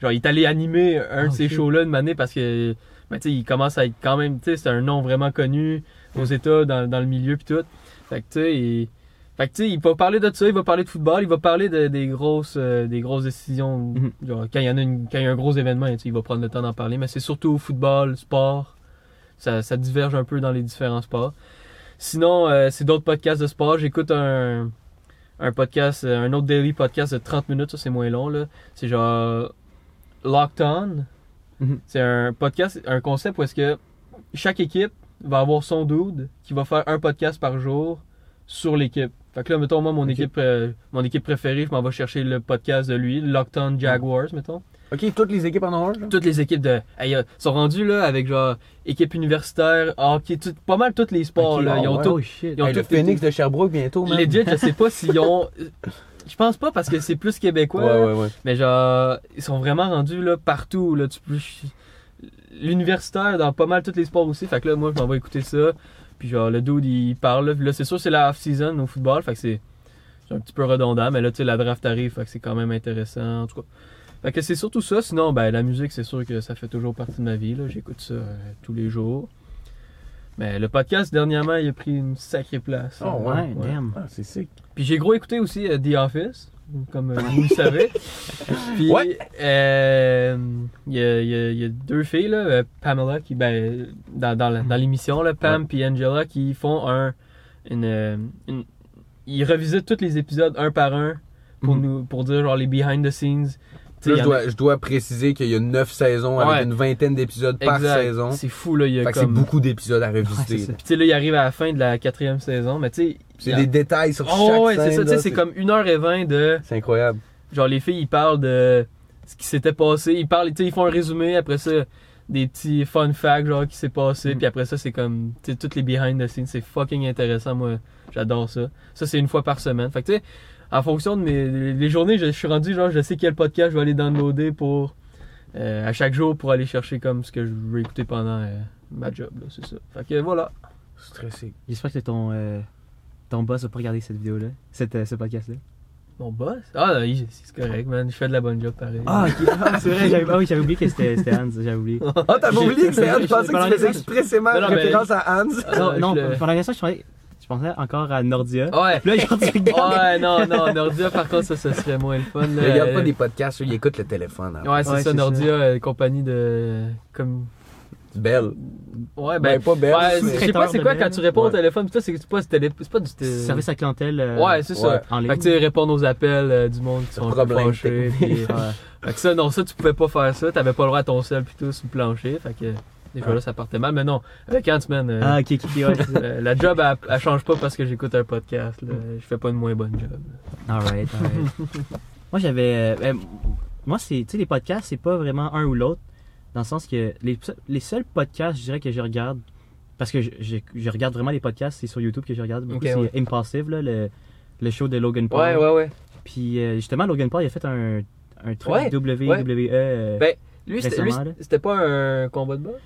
genre, il est allé animer un Ah, de ces ok. shows-là une année parce que, ben, tu sais, il commence à être quand même, tu sais, c'est un nom vraiment connu aux États, dans, dans le milieu, puis tout. Fait que, tu sais, il- fait que, tu sais, il va parler de ça, il va parler de football, il va parler de- des grosses, euh, des grosses décisions. Mhm. Genre, quand il y en a une- quand il y a un gros événement, tu sais, il va prendre le temps d'en parler. Mais c'est surtout football, sport. Ça, ça diverge un peu dans les différents sports. Sinon, euh, c'est d'autres podcasts de sport. J'écoute un, un podcast, euh, un autre daily podcast de 30 minutes, ça c'est moins long là. C'est genre Locked On. Mhm. C'est un podcast, un concept où est-ce que chaque équipe va avoir son dude qui va faire un podcast par jour sur l'équipe. Fait que là, mettons, moi, mon, Ok. équipe, euh, mon équipe préférée, je m'en vais chercher le podcast de lui, Locked On Jaguars, mettons OK, toutes les équipes en ont un, genre? toutes les équipes de hey, euh, sont rendues là avec genre équipe universitaire, hockey, tout- pas mal tous les sports Ok, là, ah ils ont ouais. tout. Oh shit. Ils ont Hey, le toutes été- Phoenix de Sherbrooke bientôt, man. Legit, je sais pas s'ils ont je pense pas parce que c'est plus québécois, là, ouais, ouais, ouais. mais genre ils sont vraiment rendus là partout là, tu peux l'universitaire dans pas mal tous les sports aussi, fait que là moi je m'en vais écouter ça. Puis genre le dude il parle là, Puis là c'est sûr c'est la off season au football, fait que c'est c'est un petit peu redondant, mais là tu sais la draft arrive, fait que c'est quand même intéressant en tout cas. Fait que c'est surtout ça, sinon ben la musique c'est sûr que ça fait toujours partie de ma vie là, j'écoute ça euh, tous les jours. Mais le podcast dernièrement, il a pris une sacrée place. Oh, Ah Ouais, Ouais. damn. Ah, c'est sick. Puis j'ai gros écouté aussi euh, The Office, comme euh, vous le savez. *laughs* Puis Ouais. euh, il y, a- il y a- il y a deux filles, là, euh, Pamela, qui, ben, dans, dans, la- dans l'émission, là, Pam puis Angela, qui font un. Une, euh, une- ils revisitent tous les épisodes un par un pour, Mhm. nous, pour dire genre les behind the scenes. Tu sais, Là, il y je en dois, je dois préciser qu'il y a neuf saisons Ouais. avec une vingtaine d'épisodes a- par Exact. saison. C'est fou, là. Il y a Fait que c'est comme- beaucoup d'épisodes à Ouais, c'est revisiter. ça. Puis tu sais, là, il arrive à la fin de la quatrième saison, mais tu sais. il y c'est a- des détails sur chaque Oh, ouais, c'est scène, ça. Tu sais, là, c'est comme 1h20 de. C'est incroyable. Genre, les filles, ils parlent de ce qui s'était passé. Ils parlent, tu sais, ils font un résumé. Après ça, des petits fun facts, genre, qui s'est passé. Mm. Puis après ça, c'est comme, tu sais, toutes les behind the scenes. C'est fucking intéressant. Moi, j'adore ça. Ça, c'est une fois par semaine. Fait que, tu sais, en fonction de mes les journées, je, je suis rendu, genre, je sais quel podcast je vais aller downloader pour, euh, à chaque jour pour aller chercher comme ce que je veux écouter pendant euh, ma job, là. C'est ça. Fait que voilà. Stressé. J'espère que ton, euh, ton boss va pas regarder cette vidéo-là, cette, euh, ce podcast-là. Mon boss? Ah, non, il- c'est correct, man. Je fais de la bonne job pareil. *laughs* Ah, ok. *laughs* Ah, c'est vrai, j'avais ah oui, j'avais oublié que c'était c'était Hans, j'avais *laughs* oublié. Ah, t'avais J'ai- oublié que c'est Hans. Je j'ai pensais que tu balancé faisais ça. expressément Non, non, mais- référence à Hans. Ah, non, je non, le- pendant la question, je pensais, je pensais encore à Nordia. Ouais. Puis là, j'ai entendu *laughs* Ouais, non, non, Nordia, par contre, ça, ce serait moins le fun. là. Regarde pas des podcasts, il écoute le téléphone. hein. Ouais, c'est Ouais, ça, c'est Nordia, euh, compagnie de. Comme. Belle. Ouais, ben. Ben, pas belle. ouais, mais- je sais pas, c'est quoi quand tu réponds au Ouais. téléphone, pis ça, c'est c'est pas, du télé- c'est pas du. télé- Service à la clientèle euh, Ouais, c'est ça. Ouais. en Fait ligne. que tu sais, répondre aux appels euh, du monde qui sont un peu Problème fâchés. pis, euh, *laughs* Ouais. fait que ça, non, ça, tu pouvais pas faire ça. T'avais pas le droit à ton sel plutôt sur le plancher. Fait que. Des fois, là, ça partait mal. Mais non, avec Ant-Man. euh, Ah, ok, ok, ok, ouais. c'est ça. euh, la job, elle, Mm. elle change pas parce que j'écoute un podcast. là. Je fais pas une moins bonne job. *laughs* Alright, alright. Moi, j'avais. euh, ben, moi, c'est. Tu sais, les podcasts, c'est pas vraiment un ou l'autre. Dans le sens que les, les seuls podcasts, je dirais, que je regarde. Parce que je, je- je regarde vraiment les podcasts, c'est sur YouTube que je regarde beaucoup. Ok, c'est ouais. Impassive, là, le, le show de Logan Paul. Ouais, ouais, ouais. Puis euh, justement, Logan Paul, il a fait un, un truc Ouais, WWE. euh, Ben, Lui, c'était lui, Récemment, là. c'était pas un combat de boxe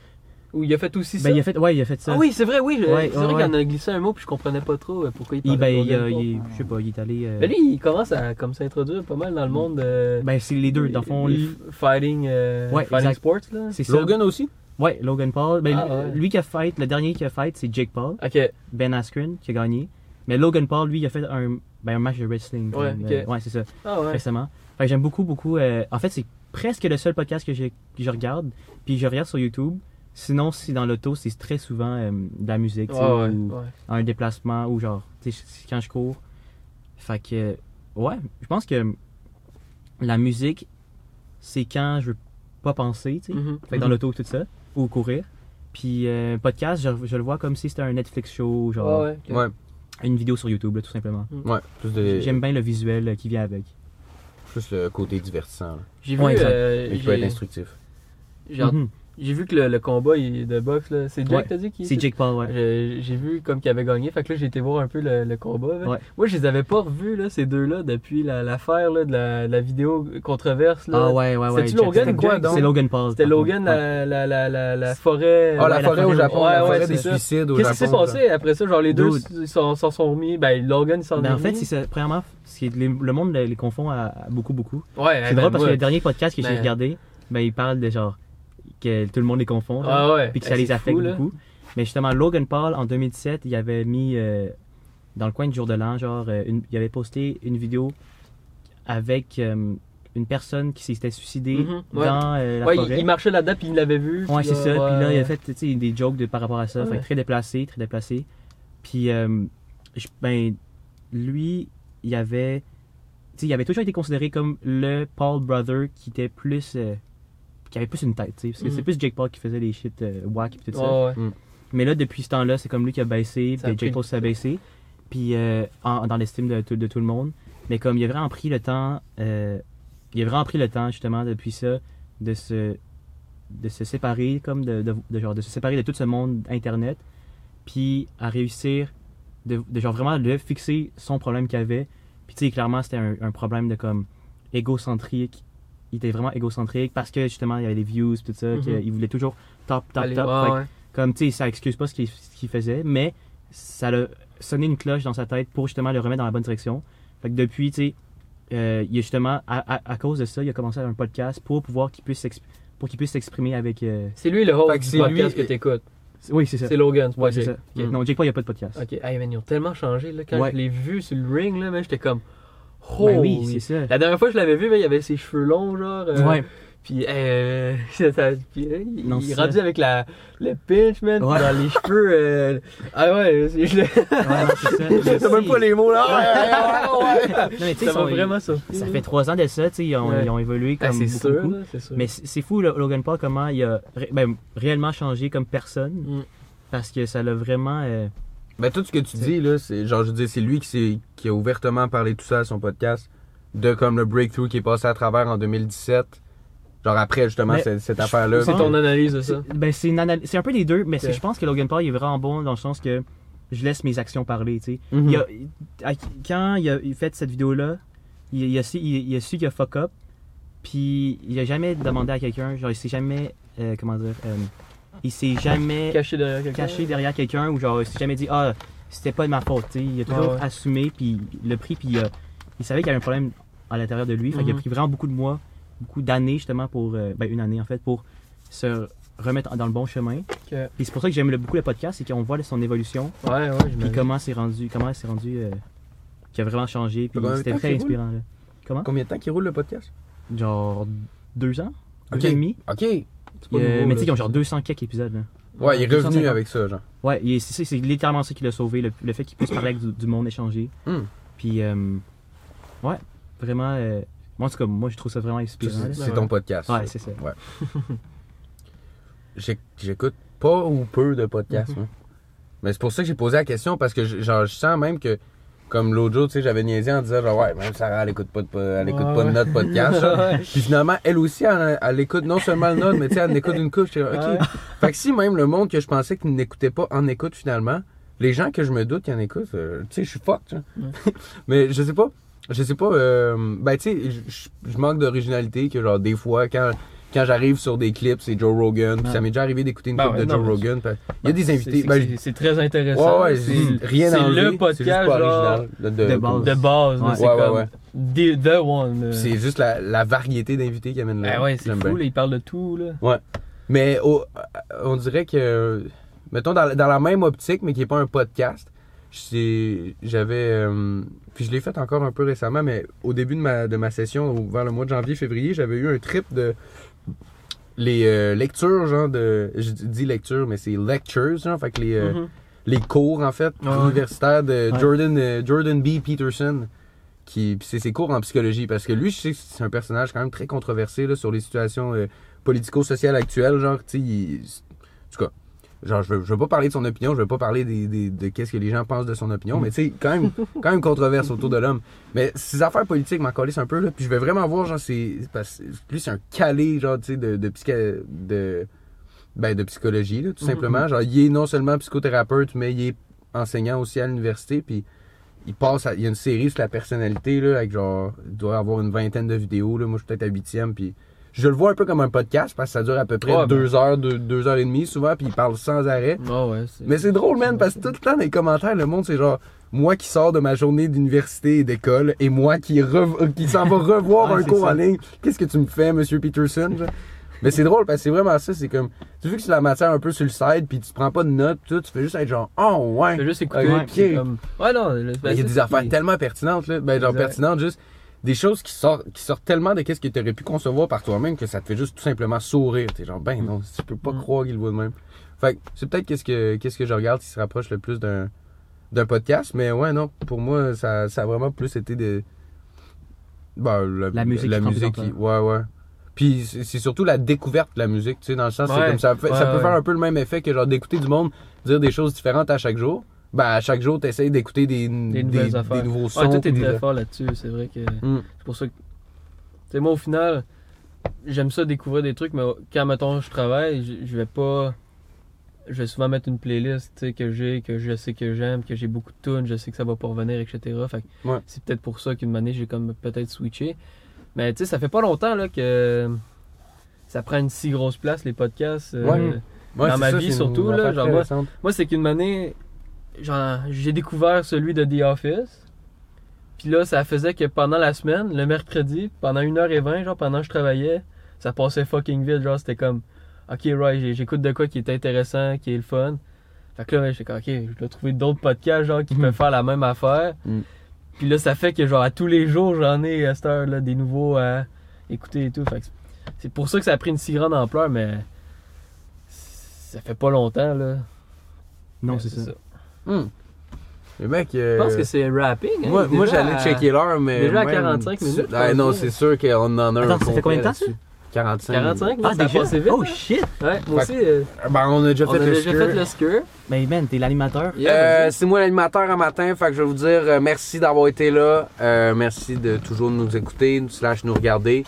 Ou il a fait aussi ça ben, il a fait, ouais, il a fait ça. Ah oui, c'est vrai, oui. je- Ouais, c'est ouais, vrai ouais. qu'il en a glissé un mot, puis je comprenais pas trop euh, pourquoi il Il, parlait ben, de il, a- Logan Paul. il- je sais pas, il est allé. euh, Mais lui, il commence à comme s'introduire pas mal dans le monde. euh, ben, c'est les deux, dans le fond. lui- f- Fighting, euh, Ouais, fighting exact. sports, là. C'est ça. Logan aussi? Ouais, Logan Paul. Ben, Ah, lui, ouais. lui qui a fight, le dernier qui a fight, c'est Jake Paul, Ok, ouais, Ben Askren qui a gagné. Mais Logan Paul, lui, il a fait un, ben, un match de wrestling. Ouais, comme, ok. euh, ouais c'est ça, ah ouais. récemment. Fait que j'aime beaucoup, beaucoup. euh, en fait, c'est presque le seul podcast que je, que je regarde. Puis je regarde sur YouTube. Sinon, si dans l'auto, c'est très souvent euh, de la musique. tu sais, Ouais, ou ouais. un déplacement ou genre, tu sais, c'est quand je cours. Fait que, ouais, je pense que la musique, c'est quand je veux pas penser, tu sais. Mhm. Fait que dans l'auto, tout ça, ou courir. Puis euh, podcast, je, je le vois comme si c'était un Netflix show, genre Ouais, ouais. ok. Ouais, une vidéo sur YouTube, là, tout simplement. ouais. Plus, de, J'aime bien le visuel euh, qui vient avec. plus le côté divertissant, là, J'ai Ouais, vu, exact. euh, mais qui peut être j'ai, instructif. j'ai- Mhm. j'ai vu que le, le combat il- de boxe, là, c'est Jack, Ouais. t'as dit qui C'est Jake Paul, ouais. Euh, J'ai j'ai vu comme qu'il avait gagné, fait que là j'ai été voir un peu le, le combat. là. Ouais. Moi je les avais pas revus là, ces deux-là depuis la- l'affaire là, de, la, de la vidéo controverse. Là. Ah ouais, ouais, ouais. C'était-tu Jack- Logan c'était ou Jake? C'est Logan Paul. C'était par contre. Logan, euh, Ouais. la, la, la, la, la forêt. Ah, la, la forêt au forêt- Japon, ouais, la ouais, forêt c'est des ça. suicides au Qu'est-ce Japon. qui s'est passé après ça? Genre les deux Dude. s- s'en s'en sont remis. Ben Logan il s'en est Ben, en fait, remis. c'est ça. Premièrement, c'est que les- le monde les, les confond à, à beaucoup, beaucoup. Ouais, C'est ben, drôle parce que moi- le dernier podcast que j'ai ben- regardé, ben, il parle de genre que tout le monde les confond. là. Ah ouais. puis que Ben, ça les c'est affecte fou, là. beaucoup. Mais justement, Logan Paul, en 2017, il avait mis euh, dans le coin du jour de l'an, genre, euh, une- il avait posté une vidéo avec euh, une personne qui s'était suicidée Mhm, ouais. dans euh, la Ouais, il, forêt. il marchait là-dedans puis il l'avait vu. Ouais, puis c'est ça. ouais, Puis là, il a ouais. fait tu sais, des jokes de, par rapport à ça. Ouais. Fait que très déplacé, très déplacé. Puis, euh, je- ben, lui, il avait. tu sais, il avait toujours été considéré comme le Paul Brother qui était plus. euh, qui avait plus une tête, tu sais. Parce que Mhm. c'est plus Jake Paul qui faisait les shit euh, whack et tout ça. Ouais, ouais. Mais là, depuis ce temps-là, c'est comme lui qui a baissé, Ça a puis pris Jake Paul s'est baissé, puis euh, en- dans l'estime de, tout- de tout le monde. Mais comme il a vraiment pris le temps, euh, il a vraiment pris le temps, justement, depuis ça, de se, de se séparer, comme de, de- de genre, de se séparer de tout ce monde Internet, puis à réussir de, de genre vraiment de fixer son problème qu'il avait. Puis tu sais, clairement, c'était un, un problème de comme égocentrique. Il était vraiment égocentrique parce que justement, il y avait les views, tout ça, Mhm. qu'il voulait toujours top, top, Allez, top. ouais, Fait que ouais. comme tu sais ça excuse pas ce qu'il ce qu'il faisait mais ça l'a sonné une cloche dans sa tête pour justement le remettre dans la bonne direction fait que depuis tu sais euh, il a justement à, à- à cause de ça il a commencé un podcast pour pouvoir qu'il puisse s'exp- pour qu'il puisse s'exprimer avec euh, C'est lui le Fait host que du c'est podcast lui- que t'écoutes. c'est- oui c'est ça C'est Mm. Logan, c'est pas Ouais, c'est Jake. ça. Ok. non Jake Paul il n'y a pas de podcast Ok, hey, man, ils ont tellement changé. Là. Quand Ouais. je l'ai vu sur le ring, là, man, j'étais comme. Oh, Ben oui c'est ça La dernière fois que je l'avais vu, man, il avait ses cheveux longs, genre. euh, ouais Puis, euh, *laughs* ça- ça- puis, euh, il- Non, il est c'est- rendu avec la, le pinch, man, puis Ouais. dans les cheveux. euh, ah ouais, c'est- je l'ai- ouais non, *laughs* c'est ça Mais T'as même si- pas les mots là! Ouais, ouais, ouais, ouais. non, mais tu *laughs* ça sais, ils m'a sont- vraiment sorti. ça fait trois ans de ça tu sais ils, ont- Ouais. ils ont évolué comme ah, c'est beaucoup, sûr, beaucoup. là, c'est sûr. Mais c'est c'est fou, le- Logan Paul, comment il a ré- ben, réellement changé comme personne. Mm. Parce que ça l'a vraiment. euh, Ben, tout ce que tu C'est- dis, là, c'est genre, je dis, c'est lui qui, s'est- qui a ouvertement parlé de tout ça à son podcast, de comme le breakthrough qui est passé à travers en 2017, genre après justement Mais cette, cette je- affaire-là. c'est Ah. ton analyse de ça. c'est- ben, c'est une anal- c'est un peu les deux, mais c'est- Ok. je pense que Logan Paul il est vraiment bon dans le sens que je laisse mes actions parler. tu sais. Hmm. Mhm. Il a- à- quand il a il fait cette vidéo-là, il, il a, su- il- il a su qu'il a fuck up, puis il a jamais demandé à quelqu'un, genre il s'est jamais. euh, comment dire euh, Il s'est jamais. Caché derrière quelqu'un. caché derrière quelqu'un ou genre il s'est jamais dit ah c'était pas de ma faute tu sais. il a toujours Ah ouais. assumé puis le prix puis il a- il savait qu'il y avait un problème à l'intérieur de lui il a Mhm. pris vraiment beaucoup de mois beaucoup d'années justement pour euh, ben, une année en fait pour se remettre dans le bon chemin puis c'est pour ça que j'aime le- beaucoup le podcast c'est qu'on voit son évolution Ouais, ouais, puis j'imagine. comment c'est rendu comment c'est rendu euh, qu'il a vraiment changé puis Pendant un c'était temps très qu'il roule. inspirant là. comment Combien de temps qu'il roule le podcast? genre deux ans deux Ok. ans et demi Ok. Ouais, C'est pas Euh, nouveau, mais là, tu sais ils ont genre 200 quelques épisodes là. il est revenu 250. avec ça, genre. Ouais, il est- c'est c'est littéralement ça qui l'a sauvé, le, le fait qu'il puisse parler avec du, du monde échanger. Hmm. Puis, euh, ouais, vraiment. euh, moi, en tout cas, moi, je trouve ça vraiment C'est inspirant. là. c'est ton podcast. Ouais, c'est ça. ça. J'éc- J'écoute Mhm. hein. pas ou peu de podcasts. moi. Mais c'est pour ça que j'ai posé la question, parce que je- genre, je sens même que Comme l'autre jour, tu sais, j'avais niaisé en disant, genre, ouais, même Sarah, elle écoute pas de, po- elle écoute Ouais, pas de ouais. notre podcast. *laughs* ça. Ouais. Puis finalement, elle aussi, elle, elle écoute non seulement le nôtre, mais tu sais, elle en écoute une couche. J'étais genre, OK. Ouais. Fait que si même le monde que je pensais qu'il n'écoutait pas en écoute finalement, les gens que je me doute qu'ils en écoutent, euh, tu sais, je suis fucked. hein. mais je sais pas. Je sais pas. euh, ben, tu sais, je- je- je manque d'originalité que, genre, des fois, quand. Quand j'arrive sur des clips, c'est Joe Rogan. puis Ouais. ça m'est déjà arrivé d'écouter une Ben clip ouais, de non, Joe mais- Rogan. puis Il y a des C'est- invités. c'est- ben, c'est- C'est très intéressant. Ouais, ouais, C'est- j'ai rien c'est à enlever, le podcast, C'est juste pas genre, original. là, de, de base. de base. là, Ouais. c'est Ouais, ouais, comme ouais. The, the One. là. Puis C'est juste la, la variété d'invités qui amène là. Ah ouais, c'est J'aime fou, bien. là, il parle de tout. Là. Mais au- euh, on dirait que, mettons, dans, dans la même optique, mais qui n'est pas un podcast, c'est- j'avais. euh, puis je l'ai fait encore un peu récemment, mais au début de ma, de ma session, au- vers le mois de janvier-février, j'avais eu un trip de. Les euh, lectures, genre de. Je dis lecture, mais c'est lectures, genre. Fait que les, euh, Mhm. les cours, en fait, Ah ouais. universitaires de Ouais. Jordan, euh, Jordan B. Peterson. Qui, puis c'est ses cours en psychologie, parce que lui, je sais que c'est un personnage quand même très controversé là, sur les situations euh, politico-sociales actuelles. Genre, tu sais, il- en tout cas, genre, je veux, je veux pas parler de son opinion, je veux pas parler des, des- de qu'est-ce que les gens pensent de son Mm. opinion, mais tu sais, quand même, quand même controverse autour de l'homme. Mais ses affaires politiques m'en collissent un peu, là, puis je vais vraiment voir, genre, c'est. Parce que lui, c'est un calé, genre, tu sais, de, de, psycha- de, ben, de psychologie, là, tout Mhm. simplement. Genre, il est non seulement psychothérapeute, mais il est enseignant aussi à l'université, puis il passe à- il y a une série sur la personnalité, là, avec genre, il doit avoir une vingtaine de vidéos, là, moi, je suis peut-être à huitième, puis je le vois un peu comme un podcast, parce que ça dure à peu près Ouais, ben. deux heures, deux, deux heures et demie, souvent, puis il parle sans arrêt. Ah ouais, c'est- Mais c'est drôle, man, parce que tout le temps, dans les commentaires, le monde, c'est genre, moi qui sors de ma journée d'université et d'école, et moi qui, re- qui s'en va revoir *laughs* Ouais, un c'est cours ça. en ligne, qu'est-ce que tu me fais, monsieur Peterson? genre? Mais c'est drôle, parce que c'est vraiment ça, c'est comme, tu veux que c'est la matière un peu sur le side, puis tu prends pas de notes, pis tout, tu fais juste être genre, oh, ouais. Fais juste écouter. Ouais, puis c'est ok. comme- Ouais, non. le- ben, Il y a c'est- des affaires puis- tellement pertinentes, là. Ben, genre Exact. pertinentes, juste des choses qui sortent, qui sortent tellement de qu'est-ce que tu aurais pu concevoir par toi-même que ça te fait juste tout simplement sourire. T'es genre, ben non, tu peux pas Mm. croire qu'il le voit de même. Fait que c'est peut-être qu'est-ce que, qu'est-ce que je regarde qui se rapproche le plus d'un, d'un podcast, mais ouais, non, pour moi, ça, ça a vraiment plus été de. Ben, la, La musique La qui musique, t'emploie. qui- ouais, ouais. Puis c'est c'est surtout la découverte de la musique, tu sais, dans le sens, c'est Ouais. comme ça, fait- ça Ouais, peut ouais. faire un peu le même effet que genre d'écouter du monde dire des choses différentes à chaque jour. Ben, à chaque jour, t'essayes d'écouter des, des, nouvelles des affaires. nouveaux sons. Ouais, toi, t'es puis très de- fort là-dessus. C'est vrai que. Mm. C'est pour ça que. Tu sais, moi, au final, j'aime ça découvrir des trucs, mais quand, mettons, je travaille, je- je vais pas. Je vais souvent mettre une playlist tu sais, que j'ai, que je sais que j'aime, que j'ai beaucoup de tunes, je sais que ça va pas revenir, etc. Fait que Ouais. c'est peut-être pour ça qu'une année, j'ai comme peut-être switché. Mais tu sais, ça fait pas longtemps là, que ça prend une si grosse place, les podcasts. euh, Ouais. Ouais, Dans c'est ma ça, vie, c'est une surtout, là, affaire genre, très moi- récente. Moi, c'est qu'une année, genre, j'ai découvert celui de The Office. Puis là, ça faisait que pendant la semaine, le mercredi, pendant 1h20, genre, pendant que je travaillais, ça passait fucking vite. Genre, c'était comme, OK, right, j'ai- j'écoute de quoi qui est intéressant, qui est le fun. Fait que là, ben, j'étais comme, OK, je dois trouver d'autres podcasts, genre, qui peuvent faire la même affaire. Mm. Puis là, ça fait que, genre, à tous les jours, j'en ai à cette heure-là des nouveaux à écouter et tout. Fait que c'est- c'est pour ça que ça a pris une si grande ampleur, mais ça fait pas longtemps, là. Non, Mais c'est ça. hmm. Hum. Le mec. euh, Je pense que c'est rapping. hein, Moi, déjà moi j'allais à- checker l'heure, mais. déjà à même- 45 minutes, Ah, non, comme ça. c'est sûr qu'on en a un. Attends, ça fait complet combien de temps, ça? là-dessus. 45. 45 minutes, Ah, ça a déjà? passé vite. Oh hein. shit! ouais, moi Fait aussi, euh, Ben, on a déjà on fait a le déjà score. fait le skewer. Mais man, t'es l'animateur. Yeah, Euh, c'est moi l'animateur un matin, fait que je vais vous dire euh, merci d'avoir été là, euh, merci de toujours nous écouter, nous slash nous regarder,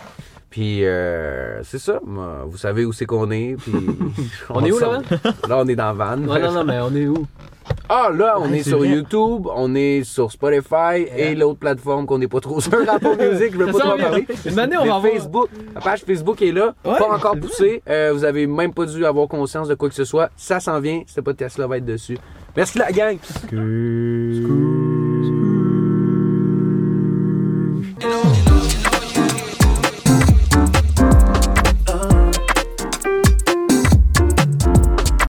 puis euh, c'est ça, moi, vous savez où c'est qu'on est, puis *laughs* On est où, là, Là on est dans Van. vas-y. Ouais, non, non, mais on est où? Ah là on Ouais, est c'est sur vrai. YouTube, on est sur Spotify et l'autre plateforme qu'on n'est pas trop *laughs* sur, Apple Music, je veux Ça pas trop en s'en vient. parler. Une année, on Mais va avoir- Facebook, la page Facebook est là, Ouais, pas encore c'est poussée, euh, vous avez même pas dû avoir conscience de quoi que ce soit, ça s'en vient, c'était pas Tesla va être dessus. Merci la gang. Scoo-